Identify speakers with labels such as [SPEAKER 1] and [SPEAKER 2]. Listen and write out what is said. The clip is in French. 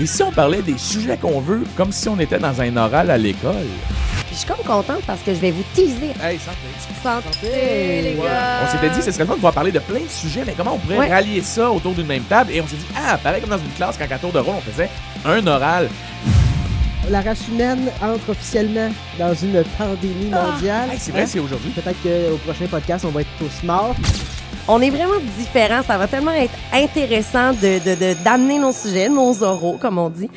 [SPEAKER 1] Et si on parlait des sujets qu'on veut, comme si on était dans un oral à l'école?
[SPEAKER 2] Puis je suis comme contente parce que je vais vous teaser.
[SPEAKER 1] Hey, santé!
[SPEAKER 2] Santé, les gars!
[SPEAKER 1] On s'était dit, ce serait le fun de pouvoir parler de plein de sujets, mais comment on pourrait
[SPEAKER 2] Ouais.
[SPEAKER 1] rallier ça autour d'une même table? Et on s'est dit, ah, pareil comme dans une classe, quand à tour de rôle, on faisait un oral.
[SPEAKER 3] La race humaine entre officiellement dans une pandémie mondiale.
[SPEAKER 1] Hey, Ah, c'est vrai,
[SPEAKER 3] Hein?
[SPEAKER 1] c'est aujourd'hui.
[SPEAKER 3] Peut-être qu'au prochain podcast, on va être tous morts.
[SPEAKER 2] On est vraiment différents. Ça va tellement être intéressant de, de, de- d'amener nos sujets, nos oraux, comme on dit.